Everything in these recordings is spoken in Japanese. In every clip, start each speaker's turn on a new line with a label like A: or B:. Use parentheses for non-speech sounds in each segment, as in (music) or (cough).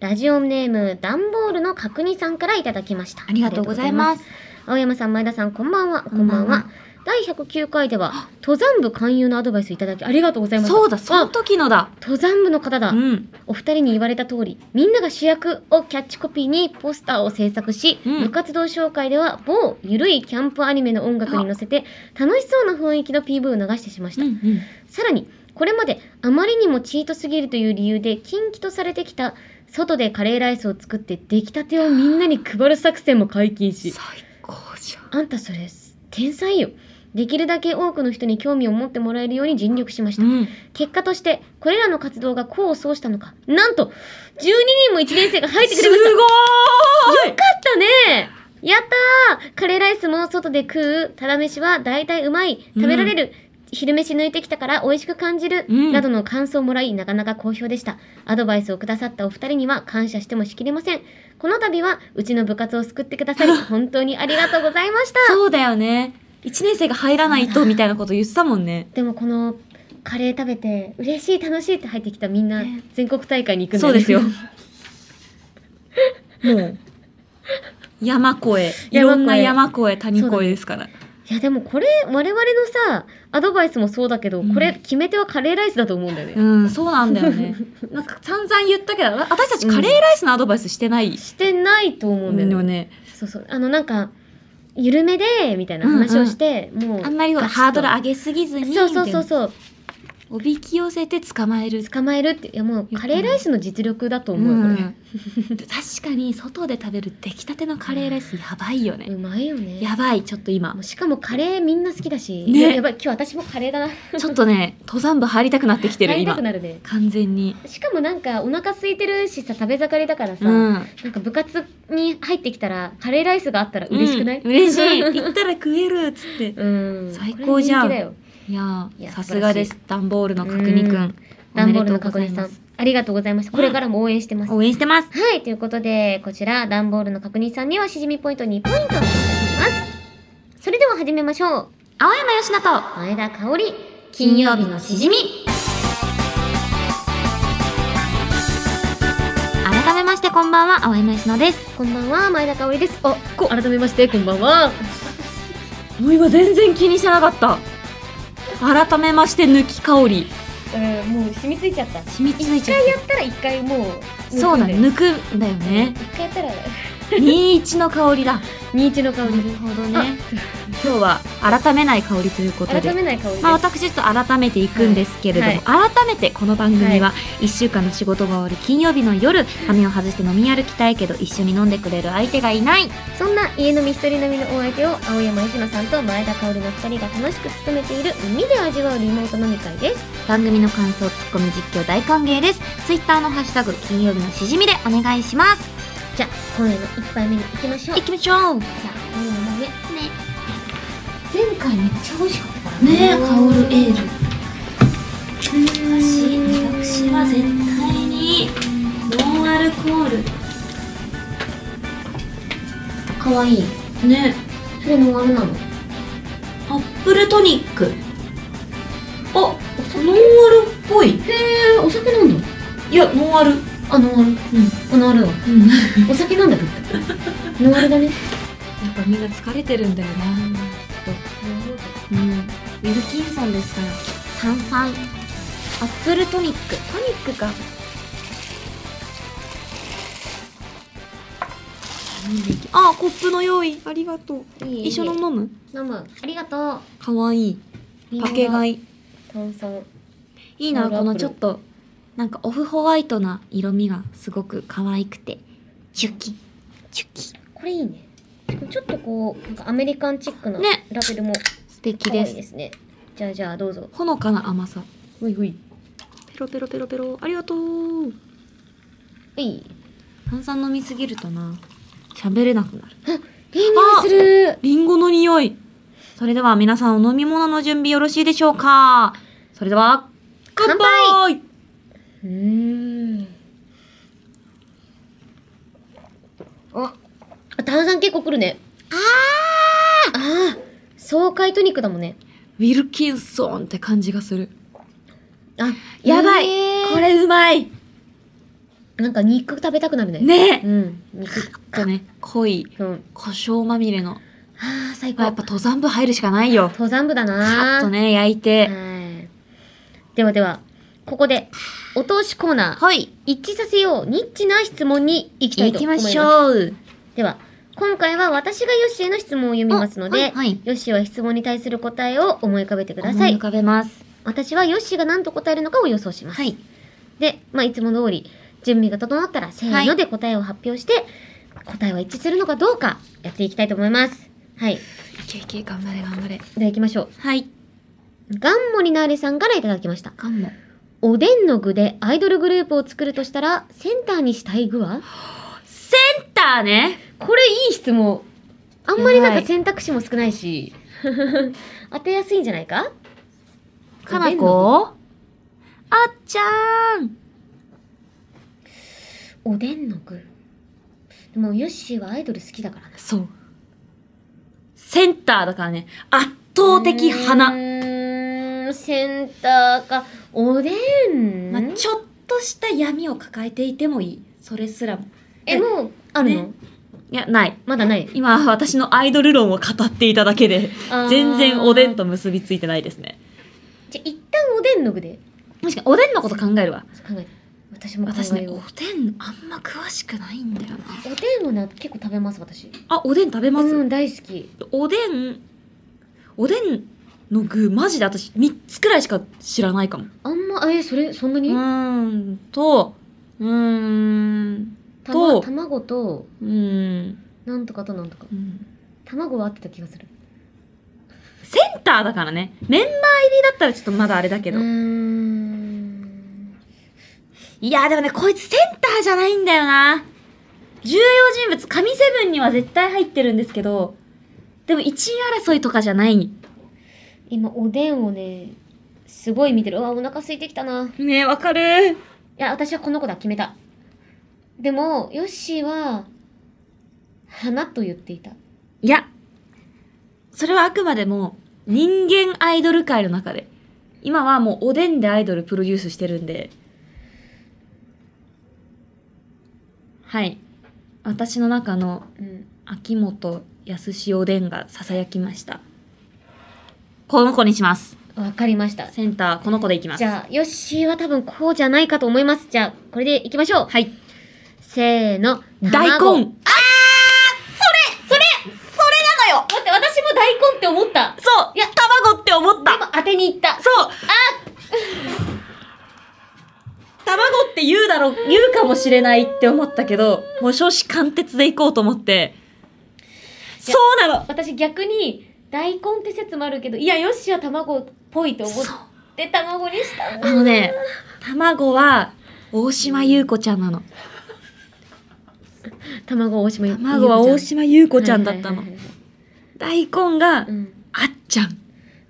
A: ラジオネームダンボールの角煮さんからいただきました
B: ありがとうございますす。
A: 青山さん前田さんこんばんはこ
B: んばんは
A: 第109回では登山部勧誘のアドバイスいただきありがとうございます
B: そうだ、その
A: あ
B: 時のだ。
A: 登山部の方だ、
B: うん。
A: お二人に言われた通り、みんなが主役をキャッチコピーにポスターを制作し、
B: うん
A: 部活動紹介では某ゆるいキャンプアニメの音楽に乗せて、楽しそうな雰囲気の PV を流してしまし
B: う
A: た。
B: んうん。
A: さらに、これまであまりにもチートすぎるという理由で禁忌とされてきた、外でカレーライスを作って出来たてをみんなに配る作戦も解禁
B: 最
A: し、
B: 高じゃん。
A: あんたそれ、天才よ。できるだけ多くの人に興味を持ってもらえるように尽力しました。
B: うん。
A: 結果としてこれらの活動が功を奏したのかなんと12人も1年生が入ってく
B: す
A: れ
B: ご
A: まし
B: ーい
A: たったねやったーカレーライスも外で食うただ飯は大体うまい食べられる、昼飯抜いてきたから美味しく感じる、
B: うん
A: などの感想をもらいなかなか好評でしたアドバイスをくださったお二人には感謝してもしきれませんこの度はうちの部活を救ってくださり
B: (laughs)
A: 本当にありがとうございました
B: そうだよね。一年生が入らないと、みたいなこと言ってたもんね。
A: でもこのカレー食べて嬉しい楽しいって入ってきたみんな
B: ね
A: 全国大会に行くんだ
B: そ
A: よ
B: う
A: ね
B: で
A: (laughs)
B: すよ。もう、山越え。いろんな山越え、谷越えですから。
A: いやでもこれ我々のさアドバイスもそうだけど、
B: うん
A: これ決め手はカレーライスだと思うんだよね、
B: うん、そうなんだよね。 (laughs) なんか散々言ったけど、私たちカレーライスのアドバイスしてない。
A: してないと思うんだよね、
B: よね。
A: そうそうあのなんか緩めでみたいな話をして、もう
B: あんまりほら
A: ガチッと
B: ハードル上げすぎずに、
A: そうそうそう
B: う。
A: そう
B: おびき寄せて捕まえる。
A: 捕まえるっていやもうカレーライスの実力だと
B: う
A: 思う、
B: ん
A: こ (laughs)
B: 確かに外で食べる出来たてのカレーライスやばいよね、
A: れうまいよね
B: やばいちょっと今
A: もうしかもカレーみんな好きだし、
B: ね
A: いややばい今日私もカレーだな
B: ちょっとね登山部入りたくなってきてる
A: 入りた
B: 今
A: くなるね
B: 完全に
A: しかもなんかお腹空いてるしさ食べ盛りだからさ、
B: うん
A: なんか部活に入ってきたらカレーライスがあったら嬉しくない、
B: うん嬉しい行ったら食えるっつって
A: うん、
B: 最高じゃ
A: こ
B: ん
A: れ人気だよ
B: いやー
A: いや
B: さすがですダンボールの角煮く
A: うんダ
B: お
A: ン
B: め
A: ボー
B: で
A: ル
B: と
A: の
B: うご
A: 角
B: ざ
A: 煮
B: い
A: さ
B: ま
A: ん
B: す
A: ありがとうございましたこれからも応援してます、
B: 応援してます
A: はいということでこちらダンボールの角煮さんにはしじみポイント2ポイントを差し上げますそれでは始めましょう
B: 青山よしなと
A: 前田香織金曜日のしじみ
B: 改めましてこんばんは青山よしのです
A: こんばんは前田香織ですあこ改めましてこんばんは
B: もう今全然気にしてなかった改めまして抜き香り
A: えー、もう染みついちゃった
B: 染みつい
A: 一
B: ちゃっ
A: 回やったら一回もう
B: たそうだね
A: ね
B: 抜くんだよね
A: 一回やったら
B: 21の香りだ
A: 二一の香
B: な
A: り
B: るほどね今日は改めない香りということで
A: 改めない香りです、
B: まあ、私ちょっと改めていくんですけれども、
A: はい
B: 改めてこの番組は1週間の仕事が終わる金曜日の夜髪を外して飲み歩きたいけど一緒に飲んでくれる相手がいない
A: そんな家飲み一人飲みのお相手を青山吉野さんと前田香織の2人が楽しく務めている海で味わうリモート飲み会です
B: 番組の感想ツッコミ実況大歓迎ですツイッターの「ハッシュタグ金曜日のしじみ」でお願いします
A: じゃあ今夜の一杯目に行きましょう
B: いきましょうね
A: じゃあ今夜のね
B: 前回めっちゃ美味しかったから
A: ね香るエ
B: ール私私は絶対にノンアルコール
A: かわいい
B: ね
A: それもあれなの
B: アップルトニックあノンアルっぽい
A: へえお酒なんだ
B: いやノンアル
A: あノンアルあノンアルは
B: うん (laughs) や
A: お酒なんだけ
B: (laughs)
A: どノンアルだね
B: っぱみんな疲れてるんだよなうんウィルキンソンですから炭酸アップルトニックトニックかあコップの用意ありがとう
A: いい
B: 一緒の飲む
A: 飲むありがと
B: かわいいうパケ
A: い
B: 買い
A: 炭酸
B: いいな
A: ソウルアップ
B: こ
A: ル
B: のちょっとなんかオフホワイトな色味がすごく可愛くてチュキチュキ
A: これいいねちょっとこうなんかアメリカンチックな
B: ね
A: ラベルも
B: 素敵
A: 可
B: で
A: 愛
B: す
A: いですねじゃあじゃあどうぞ
B: ほのかな甘さ
A: ほいほい
B: ペロペロペロペロありがとう
A: いい
B: 炭酸飲みすぎるとな喋れなくなる
A: いい匂いする
B: リンゴの匂いそれでは皆さんお飲み物の準備よろしいでしょうかそれでは乾
A: 乾杯
B: 杯
A: うーんあ炭酸結構くるねあーあー爽快トニックだもんね
B: ウィルキンソンって感じがする
A: あ
B: やばい
A: えー
B: これうまい
A: なんか肉食べたくなるね。
B: ねえ
A: うん。肉。
B: あとね、濃い、
A: そう。
B: 胡椒まみれの。
A: ああ、最
B: や
A: 高
B: っ。ぱ登山部入るしかないよ。
A: 登山部だ
B: さ
A: な
B: っとね、焼いて。
A: はい。ではでは、ここで、お通しコーナー、
B: はい。
A: 一致させよう、ニッチな質問に行きたい
B: 行
A: と
B: き
A: 思い
B: ま
A: ます。
B: しょう。
A: では、今回は私がヨッシーへの質問を読みますので、
B: おはい。
A: ヨッシーは質問に対する答えを思い浮かべてく
B: く
A: ださい
B: 浮。かべます。
A: 私はヨッシーが何と答えるのかを予想します。
B: はい。
A: で、まあ、いつも通り、準備が整ったら、せ
B: は
A: ーの
B: い
A: で答えを発表して、答えは一致するのかどうか、やっていきたいと思います。はい。
B: いけいけ、頑張れ、頑張れ。
A: では行きましょう。
B: はい。
A: ガンモリナーレさんからいただきました。
B: かも。
A: おでんの具でアイドルグループを作るとしたら、センターにしたい具は
B: センターね。
A: これいい質問。あんまりなん
B: や
A: か
B: ばい
A: 選択肢も少ないし、 (laughs) 当てやすいんじゃないか
B: かなこあっちゃーん。
A: おでんの具。でも、ヨッシーはアイドル好きだからな。
B: そう。センターだからね。圧倒的
A: う
B: 花。
A: ーんセンターか、おでん、
B: まあ、ちょっとした闇を抱えていてもいい。それすらも。
A: え、もう、あるの、
B: ねいや、ない。
A: まだない。
B: 今、私のアイドル論を語っていただけで、全然おでん。と結びついてないですね。
A: じゃ、一旦おでんの具で
B: 確かに、おでんのこと考えるわ。
A: 考えて。私も考
B: 私
A: え
B: ね、
A: よう
B: お。でん、あんま詳しくないんだよな。
A: おでんはな結構食べます、私。
B: あ、おでん食べます、
A: うん、大好き。
B: おでん、おでんの具、マジで私、3つくらいしか知らないかも。
A: あんま、あえ、それ、そんな
B: う
A: に、
B: ーんと、うーん、
A: た
B: と
A: ま、卵と、
B: うーん、
A: なんとかとなんとか。
B: うん
A: 卵は合ってた気がする。
B: センターだからね。メンバー入りだったらちょっとまだあれだけど。
A: うーん。
B: いやーでもね、こいつセンターじゃないんだよな。重要人物、神セブンには絶対入ってるんですけど、でも1位争いとかじゃない。
A: 今、おでんをね、すごい見てる。うわ、お腹空いてきたな。
B: ねえ、わかる。
A: いや、私はこの子だ、決めた。でも、ヨッシーは、花と言っていた。
B: いや、それはあくまでも人間アイドル界の中で。今はもうおでんでアイドルプロデュースしてるんで。はい。私の中の
A: うん。
B: 秋元康おでんがささやきました。この子にします。
A: わかりました。
B: センター、この子でいきます。
A: じゃあ、ヨッシーは多分こうじゃないかと思います。じゃあ、これでいきましょう。
B: はい。
A: せーの。
B: 大根。あー
A: 卵
B: それそれそれなのよ
A: 待って、私も大根って思った。
B: そういや、卵って思った
A: でも当てに行った。
B: そうあ卵って言うだろ、言うかもしれないって思ったけど、もう少子貫徹でいこうと思って。
A: いや
B: そうなの
A: 私逆に、大根って説もあるけど、いや、ヨッシーは卵っぽいと思
B: そう
A: って卵にしたんだ。
B: あのね、 (laughs) 卵は、大島優子ちゃんなの。
A: 卵は大島優
B: 卵は大島優子ちゃんだったの
A: はい。はいはいはい
B: 大根が
A: う、ん。
B: あっちゃん。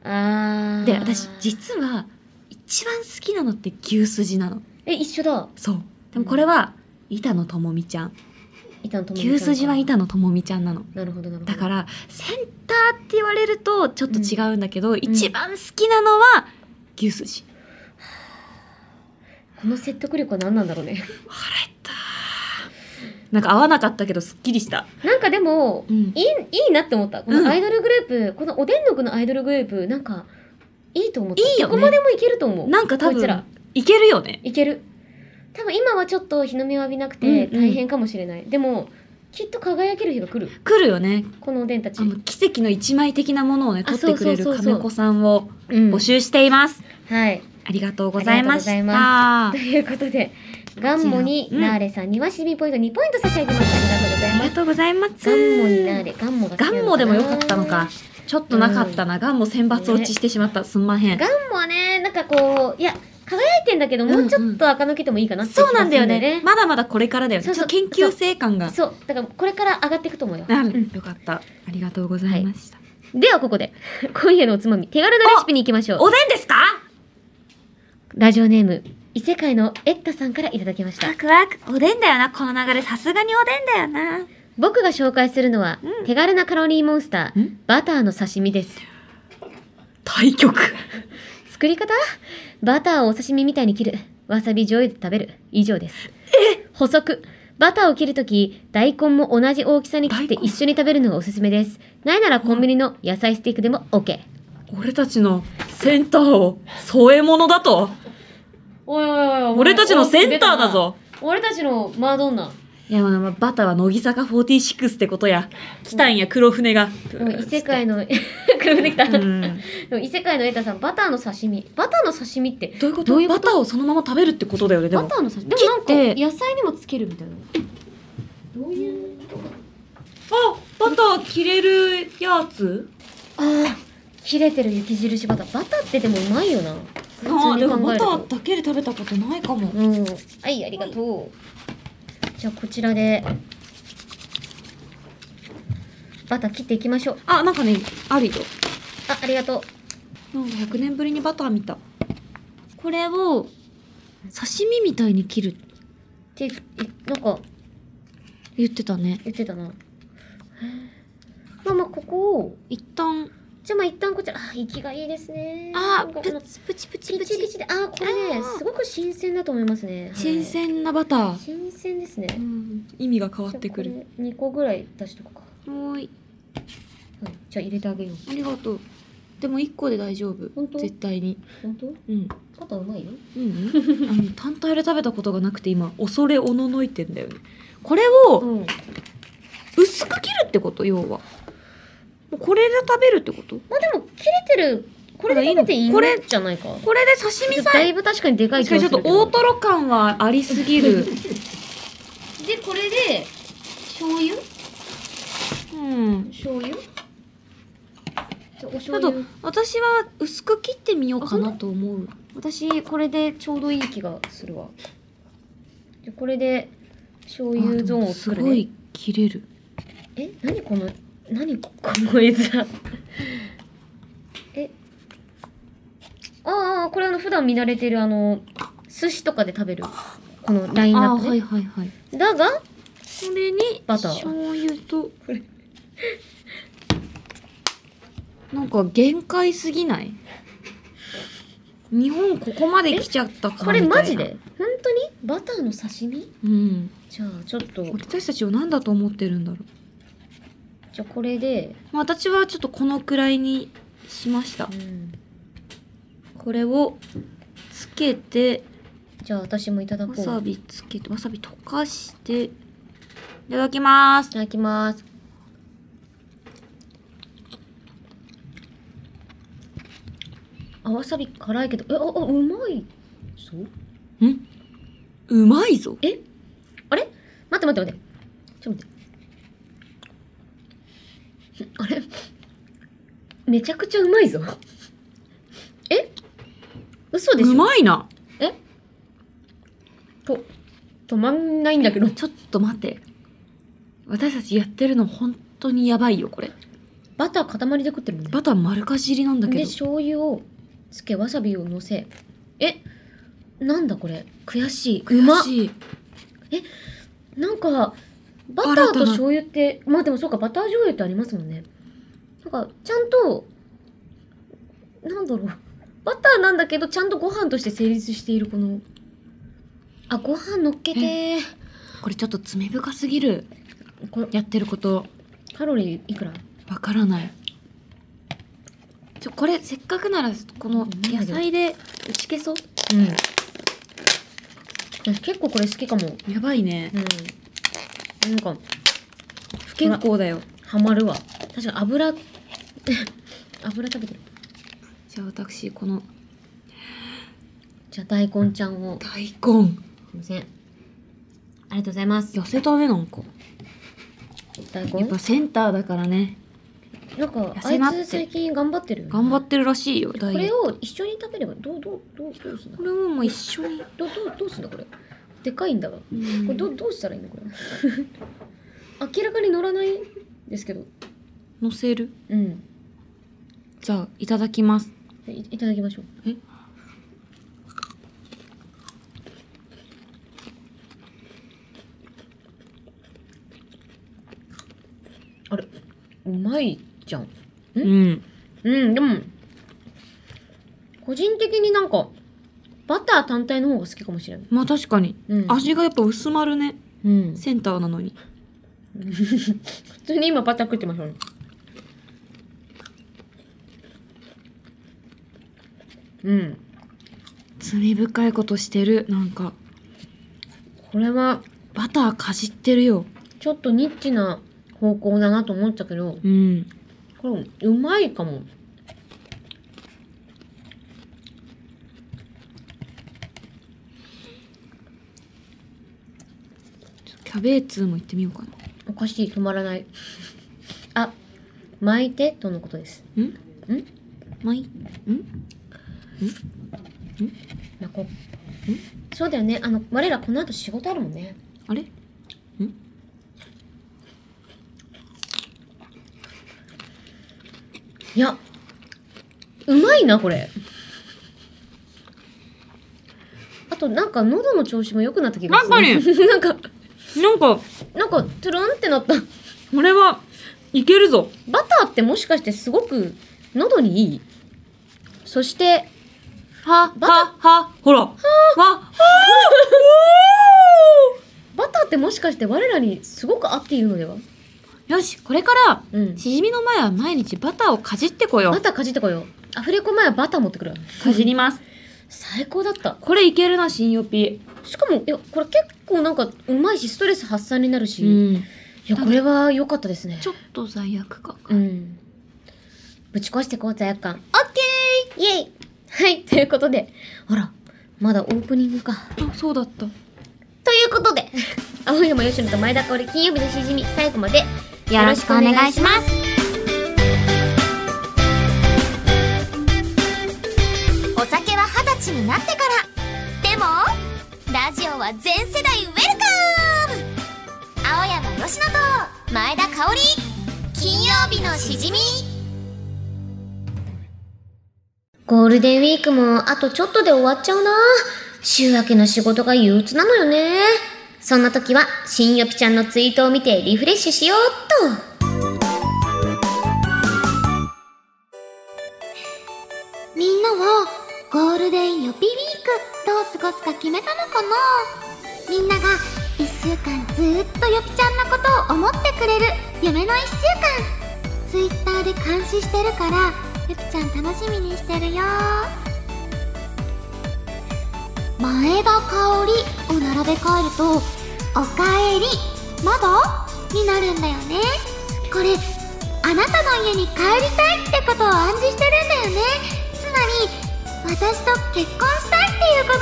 A: あー。
B: で、私、実は、一番好きなのって牛すじなの。
A: え、一緒だ。
B: そう。でもこれは、板野友美ちゃん。
A: 板の友達
B: 牛すじは
A: な
B: 板野友美ちゃんなの。
A: るほど、なるほど。
B: だからセンターって言われるとちょっと違うんだけど、一番好きなのは牛すじ
A: この説得力は何なんだろうね。
B: 腹減ったなんか合わなかったけどすっきりした、
A: なんかでも、
B: うん
A: いい、いいなって思った。こ
B: うん
A: のアイドルグループ、このおでんの具のアイドルグループ、なんか、いいと思った。
B: いいよね
A: どこまでもいけると思う。
B: なんか多
A: こいつら
B: 分いけるよね
A: いける。多分今はちょっと日の目を浴びなくて
B: うんうん
A: 大変かもしれない。でも、きっと輝ける日が来る。
B: 来るよね
A: このおでんたち。
B: あの奇跡の一枚的なものをね
A: あ
B: 取ってくれ
A: そ
B: る
A: うそうそうそう
B: 亀子さんを
A: うん
B: 募集しています、
A: はい。
B: ありがとうございまし
A: ありがとうございと
B: た
A: いうことで、ガンモに
B: うん
A: ナーレさんにはシビポイント2ポイント差し上げました。ありがとうござい
B: あ
A: ま
B: り
A: す。ガ
B: がとうございます
A: ンモにナーレ、ガンモが好きなの
B: ガ
A: かな
B: ンモでもよかったのか。ちょっとなかったな、ガンモ選抜落ちしてしまったすんまへん
A: ガンモはね、なんかこう、いや、輝いてんだけど、もうちょっと垢抜けてもいいかなって気が
B: そう
A: する
B: なんだよね。まだまだこれからだよね。
A: そうそう
B: ちょっと研究生感が。
A: そう、だからこれから上がっていくと思うよ。
B: あ
A: う
B: よかった。ありがとうございました。
A: んではここで、今夜のおつまみ、手軽なレシピに行きましょう。
B: おでんですか
A: ラジオネーム、異世界のエッタさんからいただきました
B: ワ。クワク。おでんだよな。この流れ、さすがにおでんだよな。
A: 僕が紹介するのは、
B: うん
A: 手軽なカロリーモンスター
B: ん、
A: バターの刺身です。
B: 対局。
A: 作り方バターをお刺身みたいに切る。わさび醤油で食べる。以上です。え補足バターを切るとき大根も同じ大きさに切って
B: 大根
A: 一緒に食べるのがおすすめですないならコンビニの野菜スティックでも OK
B: 俺たちのセンターを添え物だと
A: おいおいおいおい
B: 俺たちのセンターだぞ
A: 俺たちのマドンナ
B: いや、まあまあ、バタは乃木坂46ってことや。来たんや、黒船が。
A: でも異世界の (laughs) 黒船来た、
B: うん。
A: でも異世界のエタさんバターの刺身バターの刺身って
B: どういうこと
A: どういうこ
B: バターをそのまま食べるってことだよね、で
A: バ
B: も。
A: ターの刺身でもなんか
B: 切って
A: 野菜にもつけるみたいなどういう
B: あバター切れるやつ
A: ああ切れてる雪印バターバターってでもうまいよな普通に
B: あ
A: 考え
B: で
A: ると
B: もバターだけで食べたことないかも。
A: うんはいありがとうじゃあこちらでバター切っていきましょう
B: あ、なんかね、あるよ。
A: あありがとう
B: なんか100年ぶりにバター見た。これを、刺身みたいに切る。
A: っていなんか
B: 言ってたね。
A: 言ってたなへーまあまあここを
B: 一旦、
A: じゃあまあ一旦こちらあー息がいいですね
B: あ、
A: この
B: プチプチプチ
A: ピ
B: プ
A: チ
B: チ
A: ピ。チであーこれね
B: あー
A: すごく新鮮だと思いますねはい
B: 新鮮なバター。
A: 新鮮ですね
B: うん、意味が変わってくる。
A: 2個ぐらい出しとくか、
B: はーい。
A: はい、じゃあ入れてあげよう
B: ありがとう。でも1個で大丈夫
A: 本。当
B: 絶対に。
A: 本当
B: うん。
A: パターうまいよ
B: うん、あの単体で食べたことがなくて今恐れおののいてんだよねこれを
A: うん
B: 薄く切るってこと要はもうこれで食べるってこと
A: まあでも切れてるこれで食べていいん
B: これ
A: じゃないか
B: これで刺身さ
A: だ
B: え
A: いぶ確かにでかい
B: 確
A: 気
B: か
A: が
B: に
A: す
B: ちょ
A: る
B: っ
A: けど
B: と大トロ感はありすぎる
A: でこれで醤油
B: うん
A: 醤油じゃあお醤
B: あと
A: 油
B: 私は薄く切ってみようかなと思う
A: 私これでちょうどいい気がするわじゃあこれで醤
B: こ
A: 油ゾーンを作
B: す
A: る
B: ご
A: ね
B: い切れる
A: え何この何こ (laughs) の絵面えああこれあの普段見慣れてるあの寿司とかで食べるこのラインナ
B: あ
A: ップ
B: ー
A: ね、
B: はいはいはい
A: だが
B: それに
A: バター
B: 醤油と
A: これ
B: なんか限界すぎない日本ここまで来ちゃったか
A: これ
B: みたいな
A: マジで本当にバターの刺身
B: うん
A: じゃあちょっと
B: 俺たちたちを何だと思ってるんだろう
A: じゃあこれで、
B: まあ私はちょっとこのくらいにしましたこれをつけて
A: じゃあ私もいただこ
B: わ
A: う
B: さびつけてわさび溶かしていただきます
A: いただきますあわさび辛いけどえああうまいそう
B: うまいぞ
A: 待って待って待ってちょっと待ってあれめちゃくちゃうまいぞえ嘘でしょ
B: うまいな
A: 止まんないんだけど
B: ちょっと待って私たちやってるの本当にやばいよこれ
A: バター塊で食ってるもんね
B: バター丸かじりなんだけ
A: で
B: ど
A: 醤油をつけわさびをのせえなんだこれ悔しいうま
B: 悔
A: っ
B: しい
A: なんかバタ
B: 新
A: ー
B: た
A: と
B: な
A: 醤油ってまあでもそうかバター醤油ってありますもんねなんかちゃんとなんだろうバターなんだけどちゃんとご飯として成立しているこのあご飯乗っけて
B: これちょっと罪深すぎる
A: これ
B: やってること
A: カロリーいくら
B: わからないちょこれせっかくならこの野菜で打ち消そう
A: うん私結構これ好きかもう
B: やばいね
A: んなんか
B: 不健康だよ
A: ハマるわ確かに油 (laughs) 油食べてる
B: じゃあ私この
A: じゃあ大根ちゃんをす
B: 大根
A: いませんありがとうございます
B: 痩せたねなんか
A: 大
B: や
A: 根
B: っぱセンターだからね
A: なんか
B: 痩
A: あ
B: せなっ
A: い
B: て
A: つ最近頑張ってるよね
B: 頑張ってるらしいよ
A: こ
B: ダイエッ
A: れ
B: ト
A: を一緒に食べればどうどうどうどうすんだ
B: これをもう一緒に、
A: どうどうどうすんだこれでかいんだがこ
B: うん
A: れどうどうしたらいいのこれ (laughs) 明らかに乗らないですけど
B: 乗せる
A: うん
B: じゃあいただきます
A: いいただきましょう
B: え
A: あれうまいじゃん
B: うん
A: うんでも個人的になんかバター単体の方が好きかもしれない。
B: まあ確かに。
A: うん。
B: 味がやっぱ薄まるね。
A: うん。
B: センターなのに。
A: 普通に今バター食ってましたね。うん。
B: 罪深いことしてる。なんか、
A: これは、
B: バターかじってるよ。
A: ちょっとニッチな方向だなと思ったけど、
B: うん。
A: これ、うまいかも。
B: キャベツも行ってみようか
A: おかしい、止まらない。 (laughs) あ、巻いて、とのことです。
B: な。んんまいん
A: まこう。そうだよね。あの、我らこの後仕事あるもんね。
B: あれ
A: いや、うまいな、これ。あと、なんか喉の調子も良くなった気がする。
B: 確か
A: (laughs) なんか、
B: なんか、
A: なんか、トゥルンってなった。
B: これは、いけるぞ。
A: バターってもしかしてすごく喉にいいそして、
B: は、
A: バタ
B: は、は、ほら。は、は、
A: バターってもしかして我らにすごく合っているのでは
B: よし、これから、
A: うん。
B: しじみの前は毎日バターをかじってこよ
A: バ
B: う。
A: ターかじってこよう。アフレコ前はバター持ってくるわ。
B: かじります。
A: 最高だった。
B: これいけるな、新予備。
A: しかも、いや、これ結構なんかうまいし、ストレス発散になるし、い
B: ん。
A: や、これは良かったですね。
B: ちょっと罪悪感が。
A: うん。ぶち壊してこう、罪悪感。オッケーイエイはい、ということで、あら、まだオープニングか。
B: あ、そうだった。
A: ということで、 (laughs) 青山よしのと前田香織金曜日のしじみ、最後まで
B: よろしくお願いします。
C: お酒は二十歳になってからでもラジオは全世代ウェルカム青山佳乃と前田香織金曜日のしじみ
A: ゴールデンウィークもあとちょっとで終わっちゃうな。週明けの仕事が憂鬱なのよね。そんな時は、新よぴちゃんのツイートを見てリフレッシュしようっと。
C: みんなはゴールデン予備ウィークどう過ごすか決めたのかなみんなが1週間ずーっとよぴちゃんのことを思ってくれる夢の1週間 Twitter で監視してるからよぴちゃん楽しみにしてるよ前田香織を並べ替えると「おかえり窓」になるんだよねこれあなたの家に帰りたいってことを暗示してるんだよねつまり私と結婚したいっていうこと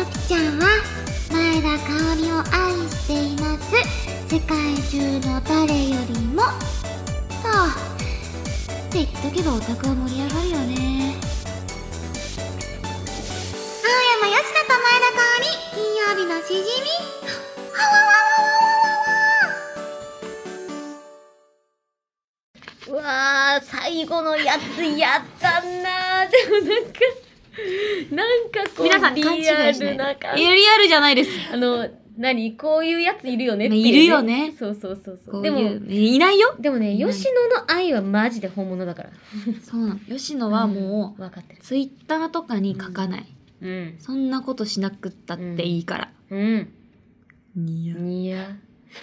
C: なんだよねよきちゃんは前田香織を愛しています世界中の誰よりもとって言っとけばオタクは盛り上がるよね青山よしと前田香織金曜日のしじみはわわわわわわわ
A: うわー最後のやつやったなーでもなんかなんかこう
B: 皆さん勘違い
A: リ
B: しな
A: ア
B: い
A: ルな感
B: い
A: じ
B: やリアルじゃないです。
A: あの何こういうやついるよねってう
B: いるよね
A: そうそうそうそ
B: こ
A: う
B: う
A: で
B: い
A: も
B: う。いないよ。
A: でもね
B: いない
A: 吉野の愛はマジで本物だから
B: そうなの。吉野はもう、
A: 分かってる
B: ツイッターとかに書かない。
A: うん
B: そんなことしなくったっていいから。
A: うん
B: にや
A: いや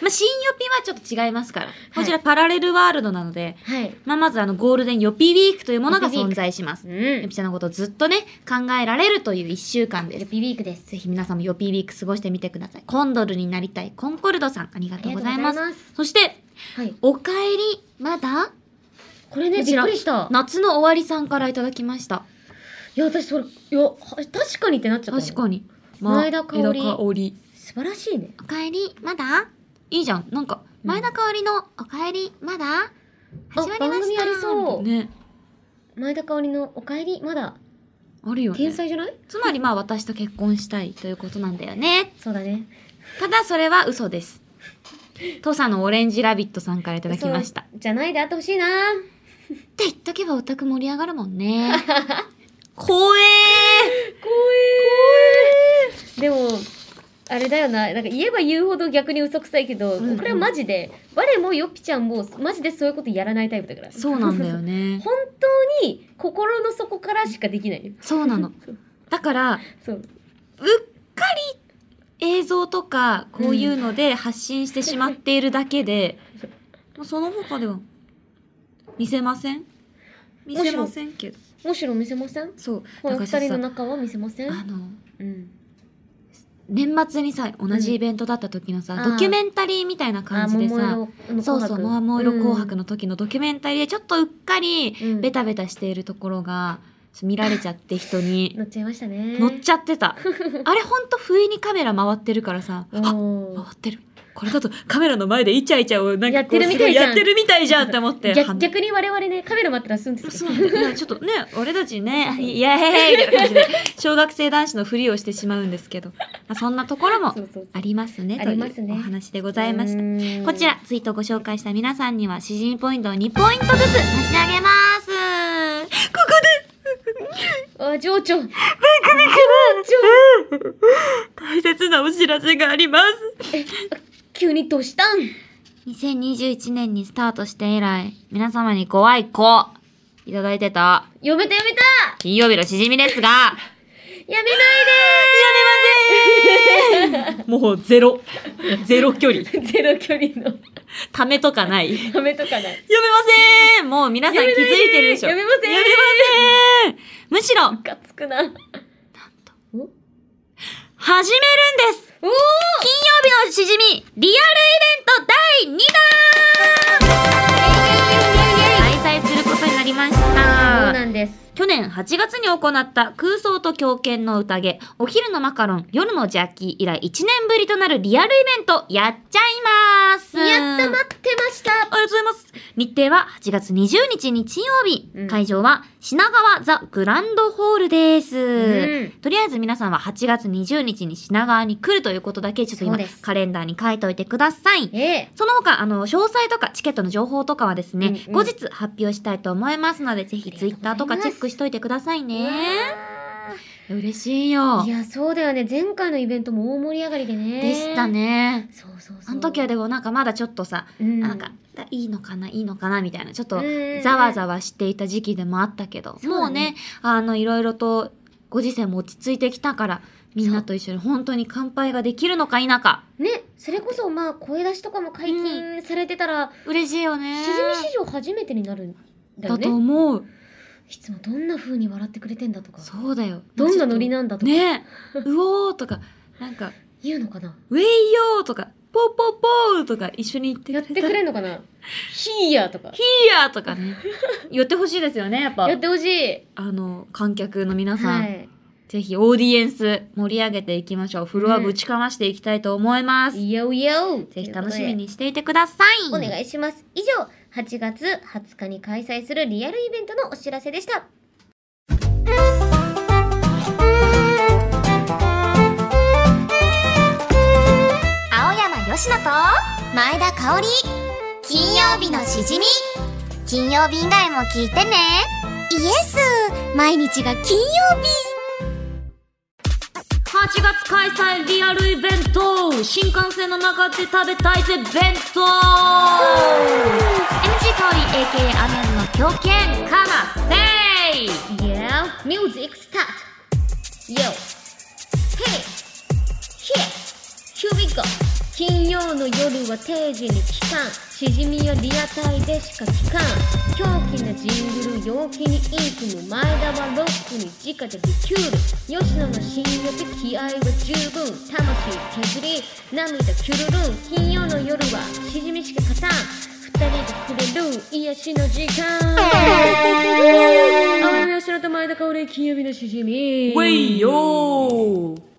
B: まあ、新予備はちょっと違いますから。こちらパラレルワールドなので、
A: はい
B: まあ、まずあの、ゴールデン予備ウィークというものが
A: 予備ウィー
B: 存
A: ク
B: 在します
A: う。
B: 予
A: ん
B: 備ちゃんのことをずっとね、考えられるという一週間です。
A: ピビークです
B: ぜひ皆さんも予備ウィーク過ごしてみてください。コンドルになりたいコンコルドさん、ありが
A: あ
B: とう
A: りがと
B: ご
A: うござ
B: ざ
A: い
B: い
A: ま
B: ますす。そして、
A: はい
B: おかえり、まだ
A: これね
B: こ
A: び
B: ち
A: っ
B: ら
A: くりした
B: 夏の終わりさんからいただきました。
A: いや私それいやは確かにってなっちゃった
B: 確かに。
A: 前田香織
B: 前田香織
A: 素晴らしいね
C: おかえりまだ
B: いいじゃん。なんか、
A: うん
C: 前田香織の「おかえりまだ?」
A: あ
C: 始まりま
A: 番組
C: し
A: あり
C: た
A: そう
B: ね、
A: 前田香織のおかえりまだ
B: あるよ
A: 天
B: ね。
A: 才じゃない
B: つまりまあ私と結婚したいということなんだよね。
A: そうだね
B: ただそれは嘘です。
A: (laughs)
B: 土佐のオレンジラビットさんからいただきました。
A: じゃないであってほしいな
B: って言っとけばオタク盛り上がるも
A: (laughs)
B: んね。怖え
A: 怖えでもあれだよななんか言えば言うほど逆に嘘くさいけど、
B: うんうん
A: これはマジで我もよっぴちゃんもマジでそういうことやらないタイプだから
B: そうなんだよね。
A: (laughs) 本当に心の底からしかできないよ
B: そ
A: (laughs)
B: うなの。だから、
A: そう
B: うっかり映像とかこういうので発信してしまっているだけで、
A: そう
B: もうその他では見せません見せませんけど
A: むしろ見せません
B: そう
A: この
B: だ
A: 二
B: から
A: 人の
B: さ
A: 仲は見せません
B: あの
A: うん
B: 年末にさ同じイベントだった時のさ、
A: うん
B: ドキュメンタリーみたいな感じでさそうそう「桃色紅白」
A: の、
B: の時のドキュメンタリーでちょっとうっかり
A: うん、
B: ベタベタしているところが見られちゃって人に
A: 乗っちゃいましたね
B: 乗っちゃってたあれほんと不意にカメラ回ってるからさあ
A: お
B: 回
A: ー
B: ってるこれだとカメラの前でイチャイチャをなんか
A: やってるみたいじゃん
B: こうするやってるみたいじゃんって思って
A: 逆逆に我々ねカメラ待ったらすんです
B: そうなんだいやちょっとね俺たちねイエーイみたいな感じで小学生男子のふりをしてしまうんですけど、まあ、そんなところも
A: (laughs) そうそう
B: ありますね
A: あ
B: と
A: ります
B: い
A: ね
B: うお話でございました、
A: た
B: こちらツイートをご紹介した皆さんには詩人ポイントを2ポイントずつ差し上げます
A: (laughs)
B: ここ
A: あ
B: (laughs)
A: 情緒
B: で大切なお知らせがあります
A: 急にどうしたん
B: 2021年にスタートして以来、皆様にご愛顧いただいてた
A: やめたやめた
B: 金曜日のしじみですが、や
A: やめ
B: めませんもうゼロ。ゼロ距離。
A: ないで (laughs) ゼロ距離の
B: ためとかない。やめま
A: やめとかない
B: せんもう皆さん気づいてるでしょ。
A: やめません
B: やめませんむしろ、
A: ムカつくな
B: 始めるんです
A: おお
B: 金曜日のしじみリアルイベント第2弾開催することになりまし
A: そう
B: た。
A: なんです
B: 去年8月に行った空想と狂犬の宴、お昼のマカロン、夜のジャッキー以来1年ぶりとなるリアルイベント、やっちゃいます
A: やった
B: ありが
A: 待ってました
B: とうございます日程は8月20日日曜日、
A: うん
B: 会場は品川ザ・グランドホールです、
A: うん
B: とりあえず皆さんは8月20日に品川に来るということだけ、ちょっと今
A: そうです
B: カレンダーに書いておいてください。
A: ええ
B: その他、あの、詳細とかチケットの情報とかはですね、
A: うんうん
B: 後日発表したいと思いますので、ぜひ
A: ありが
B: ツ
A: とう
B: イ
A: ご
B: ッ
A: ざ
B: タ
A: います
B: ーとかチェックしといてくださいね。嬉しいよ
A: い。やそうだよね前回のイベントも大盛り上がりでね
B: でしたね。
A: そうそうそう
B: あの時はでもなんかまだちょっとさ、
A: うん
B: なんか、だいいのかないいのかなみたいな、ちょっと
A: うん
B: ざわざわしていた時期でもあったけど、
A: そう
B: も
A: だね
B: うね、あの、いろいろとご時世も落ち着いてきたから、みんなと一緒に本当に乾杯ができるのか否か。
A: ねそれこそまあ声出しとかも解禁されてたら、
B: 嬉しいよ
A: し
B: ね。
A: じみ史上初めてになるんだよ
B: だ
A: ね
B: と思う。
A: いつもどんな風に笑ってくれてんだとか
B: そうだよ。
A: どんなノリなんだとか、
B: ねえうおーとか、なんか、
A: 言うのかな
B: ウェイヨーとか、ポーポーポーとか一緒に言って
A: やっ
B: く
A: て
B: れた
A: く
B: らい
A: れんのか
B: (laughs)
A: なヒーヤーとか
B: いやと
A: (laughs)
B: かね。言ってほしいですよね、やっぱ
A: や。ってほしい
B: あの、観客の皆さん、
A: はい
B: ぜひオーディエンス盛り上げていきましょう。フロアぶちかましていきたいと思います。
A: いやうやう
B: ぜひ楽しみにしていてください。
A: お願いします以上8月20日に開催するリアルイベントのお知らせでした
C: 青山よしと前田香織金曜日のしじみ金曜日以外も聞いてねイエス毎日が金曜
B: 8月開催リアルイベント新幹線の中で食べたいぜ弁当 !MC 香り AKA アメンの狂犬カナセイ
A: Yeah music start Yo Hey Here Here we go 金曜の夜は定時に帰還しじみやリアタイでしか聞かん狂気なジングル陽気にインクも前田はロックに直でリキュール吉野の深夜で気合は十分魂削り涙キュルルン金曜の夜はしじみしか勝たん二人がくれる癒しの時間青山吉野と前田香織金曜日のしじみ
B: ウェイヨー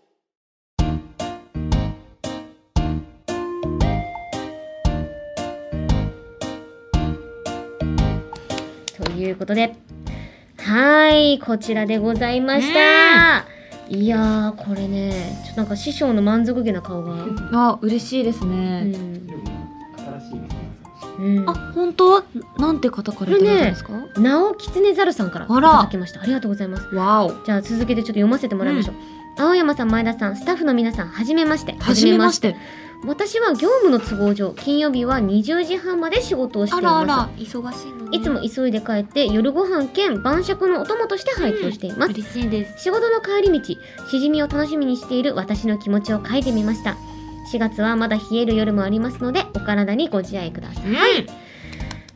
A: ということではいこちらでございました、いやーこれねちょっとなんか師匠の満足げな顔が、うん
B: あ、嬉しいですね。
A: うん、
B: あ、本当なんて方からいただいたんですか、
A: なおきつねざるさんからい
B: あ
A: た
B: ら
A: だきましたありがとうございます
B: わお。
A: じゃあ続けてちょっと読ませてもらいましょう、青山さん前田さんスタッフの皆さんはじめまして
B: はじめまして
A: 私は業務の都合上金曜日は20時半まで仕事をしています
B: 忙しいのね
A: いつも急いで帰って夜ご飯兼晩酌のお供として配布をしています、
B: 嬉しいです
A: 仕事の帰り道しじみを楽しみにしている私の気持ちを書いてみました4月はまだ冷える夜もありますのでお体にご自愛ください、
B: はい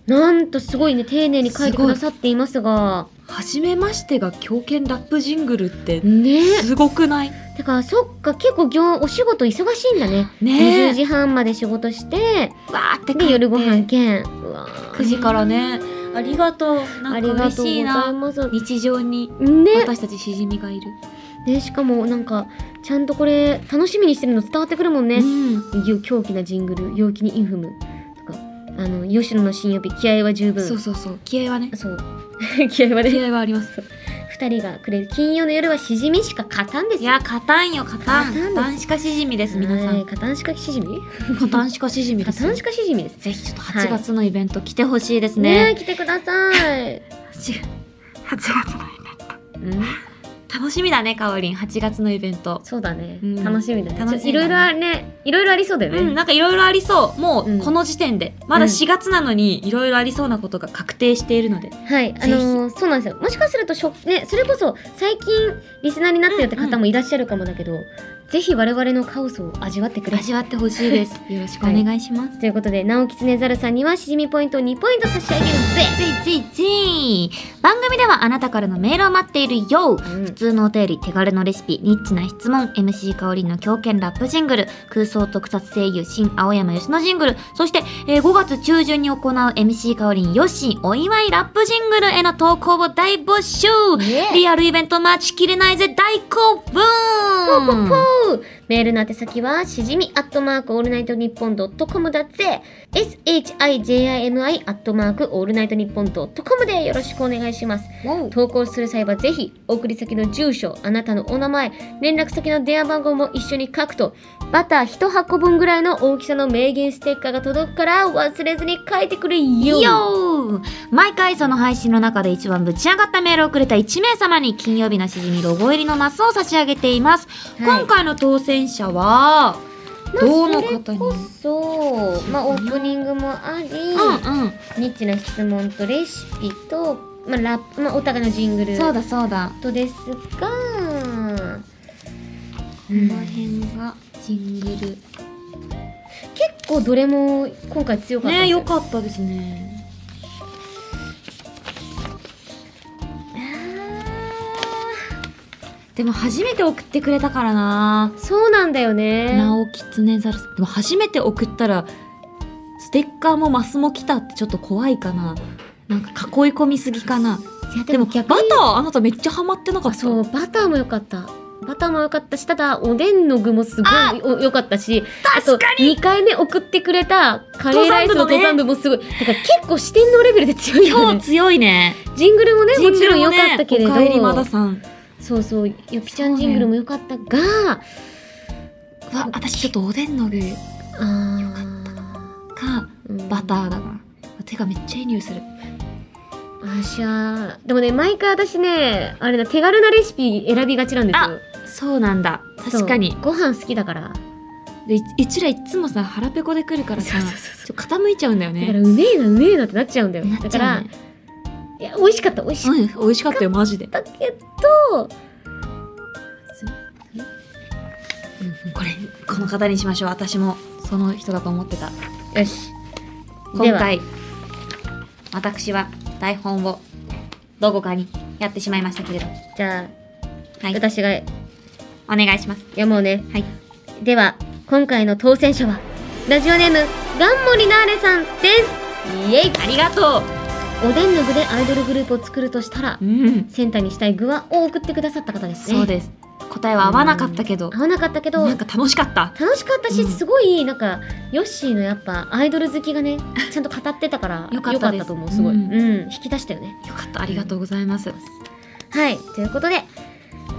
A: なんとすごいね丁寧に書いてくださっていますが
B: はじめましてが狂犬ラップジングルって
A: ね
B: すごくない
A: だからそっか結構業お仕事忙しいんだね
B: ね
A: 20
B: え
A: 時半まで仕事して
B: わーって書い
A: で
B: て
A: 夜ご飯兼うわー
B: 9時からねありがとうな
A: あ
B: ん
A: り
B: か
A: が
B: 嬉
A: とう
B: しい
A: ござい
B: な
A: ます
B: 日常に
A: ね
B: 私たちしじみがいる、
A: ねしかもなんかちゃんとこれ楽しみにしてるの伝わってくるもんね、
B: うん
A: ゆ狂気なジングル陽気にインフムとかあの吉野の新曜日気合は十分
B: そうそうそう気合はね
A: そう (laughs) 気合は
B: 気
A: ね
B: 合はあります
A: 二人がくれる金曜の夜はしじみしか勝たんです
B: い
A: よ
B: や勝たんよ勝たん
A: 勝たんです
B: 勝たんしかしじみです皆さ
A: はい
B: ん
A: 勝たんしかしじみ
B: 勝たんしかしじみで
A: 勝
B: す
A: たんしかしじみです
B: ぜひちょっと
A: はい
B: 8月のイベント来てほしいです
A: ね
B: ね。
A: 来てください
B: 8, 月のイベン
A: (laughs) うん
B: ト。楽しみだね、かおりん。8月のイベント。
A: そうだね、
B: うん
A: 楽しみだね
B: 楽しみだね
A: ちょいろいろあねいろいろありそうだよね、
B: うん、なんかいろいろありそう。も
A: うん
B: うこの時点で。まだ
A: うん
B: 4月なのにいろいろありそうなことが確定しているので。
A: はい、あのーそうなんですよ。もしかするとしょ、ね、それこそ最近リスナーになってるって方もいらっしゃるかもだけど、ぜひ我々のカオスを味わってくれ。
B: 味わってほしい (laughs) です。よろしくお願いします。
A: ということで、ナオキツネザルさんにはしじみポイントを2ポイント差し上げる
B: ついついつい番組ではあなたからのメールを待っているよ
A: ぜ
B: 普。通のお便り手軽のレシピニッチな質問 MC 香りの狂犬ラップジングル空想特撮声優新青山吉野ジングルそして、えー5月中旬に行う MC 香りよしお祝いラップジングルへの投稿を大募集
A: ね
B: リアルイベント待ちきれないぜ大興奮
A: メールの宛先はしじみアットマークオールナイトニッポンドットコムだぜ SHIJIMI アットマークオールナイトニッポンドットコムでよろしくお願いします投稿する際はぜひ送り先の住所あなたのお名前連絡先の電話番号も一緒に書くとバター1箱分ぐらいの大きさの名言ステッカーが届くから忘れずに書いてくれよ
B: よー毎回その配信の中で一番ぶち上がったメールをくれた1名様に金曜日のしじみロゴ入りのマスを差し上げています、
A: はい
B: 今回の当選者は
A: まあ
B: どの方に
A: それこそ、まあ、オープニングもあり、
B: うんうん
A: ニッチな質問とレシピと、まあラップまあ、お互いのジングル
B: そうだそうだ
A: とですが、
B: こ
A: うん
B: の辺がジングル
A: 結構どれも今回強かったですよ
B: かったですねでも初めて送ってくれたからな
A: そうなんだよね
B: なおきつねざるさんでも初めて送ったらステッカーもマスも来たってちょっと怖いかななんか囲い込みすぎかない
A: や
B: でもバタ
A: に
B: ーあなためっちゃハマってなかった
A: そうバターも良かったバターも良かったしただおでんの具もすごいお良かったしあと
B: 確かに
A: 2回目送ってくれたカレーライスの登
B: 登
A: 山
B: 山
A: 部もすごい、だから結構四天王レベルで強いよ
B: 今日
A: ね
B: 強いね
A: ジングルもね
B: ジン
A: も
B: グ
A: ちろ
B: ル
A: ん
B: も
A: 良
B: ね
A: かったけれど、
B: おかえりまださん
A: そうそうゆぴちゃんジングルも良かったが
B: うわ私ちょっとおでんの具
A: あ
B: 良かか
A: ー
B: バターだな手がめっちゃいい匂いする
A: うん私はでもね毎回私ねあれだ手軽なレシピ選びがちなんですよ
B: そうなんだ確かに
A: そうご飯好きだから
B: でい一らいっつもさ腹ペコで来るからさ
A: そうそうそう
B: ちょっと傾いちゃうんだよ
A: だから
B: ね
A: うめえなうめえなってなっちゃうんだよ
B: なっ
A: だ
B: ち
A: か
B: ゃ
A: ら
B: うね
A: いや美味しかった美味しかっ
B: うん美味しかったよマジで
A: たけど、
B: これこの方にしましょう私もその人だと思ってた
A: よしで
B: 今
A: は
B: 回私は台本をどこかにやってしまいましたけれどは
A: じゃあ、
B: いお
A: 私が
B: 願いします
A: 読もうね
B: はい
A: では今回の当選者はラジオネームガンモリナーレさんですイエイ
B: ありがと
A: おでんの具でアイドルグループを作るとしたら
B: ううん
A: センターにしたい具はを送ってくださった方ですね
B: そうです答えは合わなかったけど
A: 合わなかったけど
B: な
A: 楽
B: んか楽しかった
A: しかったし、
B: うん
A: すごいなんかヨッシーのやっぱアイドル好きがね
B: (laughs)
A: ちゃんと語ってたから
B: よかったです
A: と思うすごい、
B: うん
A: うん、引き出したよね
B: よかったありがとうございます
A: はい、ということで、こ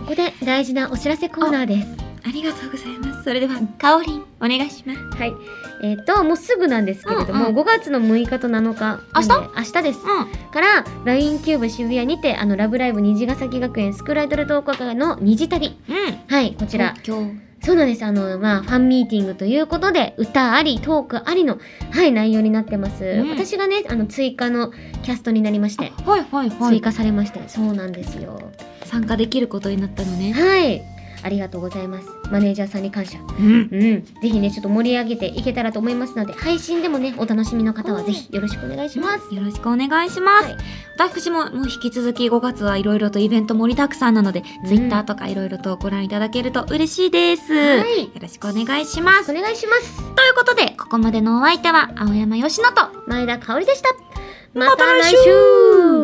A: こで大事なお知らせコーナーです。
B: ありがとうございますそれではかおりんお願いします
A: はい。えっ、と、もうすぐなんですけれども、
B: うんう
A: 5月の6日と7日。
B: 明日
A: なんで明日です。
B: うん
A: から、LINE キューブ渋谷にて、あの、ラブライブ虹ヶ崎学園スクールアイドル同好会の虹旅。
B: うんこ
A: はい、こちら。
B: 今
A: そうなんです。あの、まあ、ファンミーティングということで、歌あり、トークありの、はい、内容になってます。
B: うん
A: 私がね、あの、追加のキャストになりまして、
B: 日はいはいは
A: 追
B: い
A: 加されまして、そうなんですよ。
B: 参加できることになったのね
A: はい。ありがとうございます。マネージャーさんに感謝。
B: うん
A: うん。ぜひね、ちょっと盛り上げていけたらと思いますので、配信でもね、お楽しみの方はぜひよろしくお願いします。
B: よろしくお願いします、
A: はい
B: 私ももう引き続き5月はいろいろとイベント盛りだくさんなので、
A: うん
B: ツイッターとかいろいろとご覧いただけると嬉しいです、
A: はい
B: よろしくお願いします
A: お願いします。
B: ということで、ここまでのお相手は、青山よしのと、
A: 前田香織でした。
B: また来週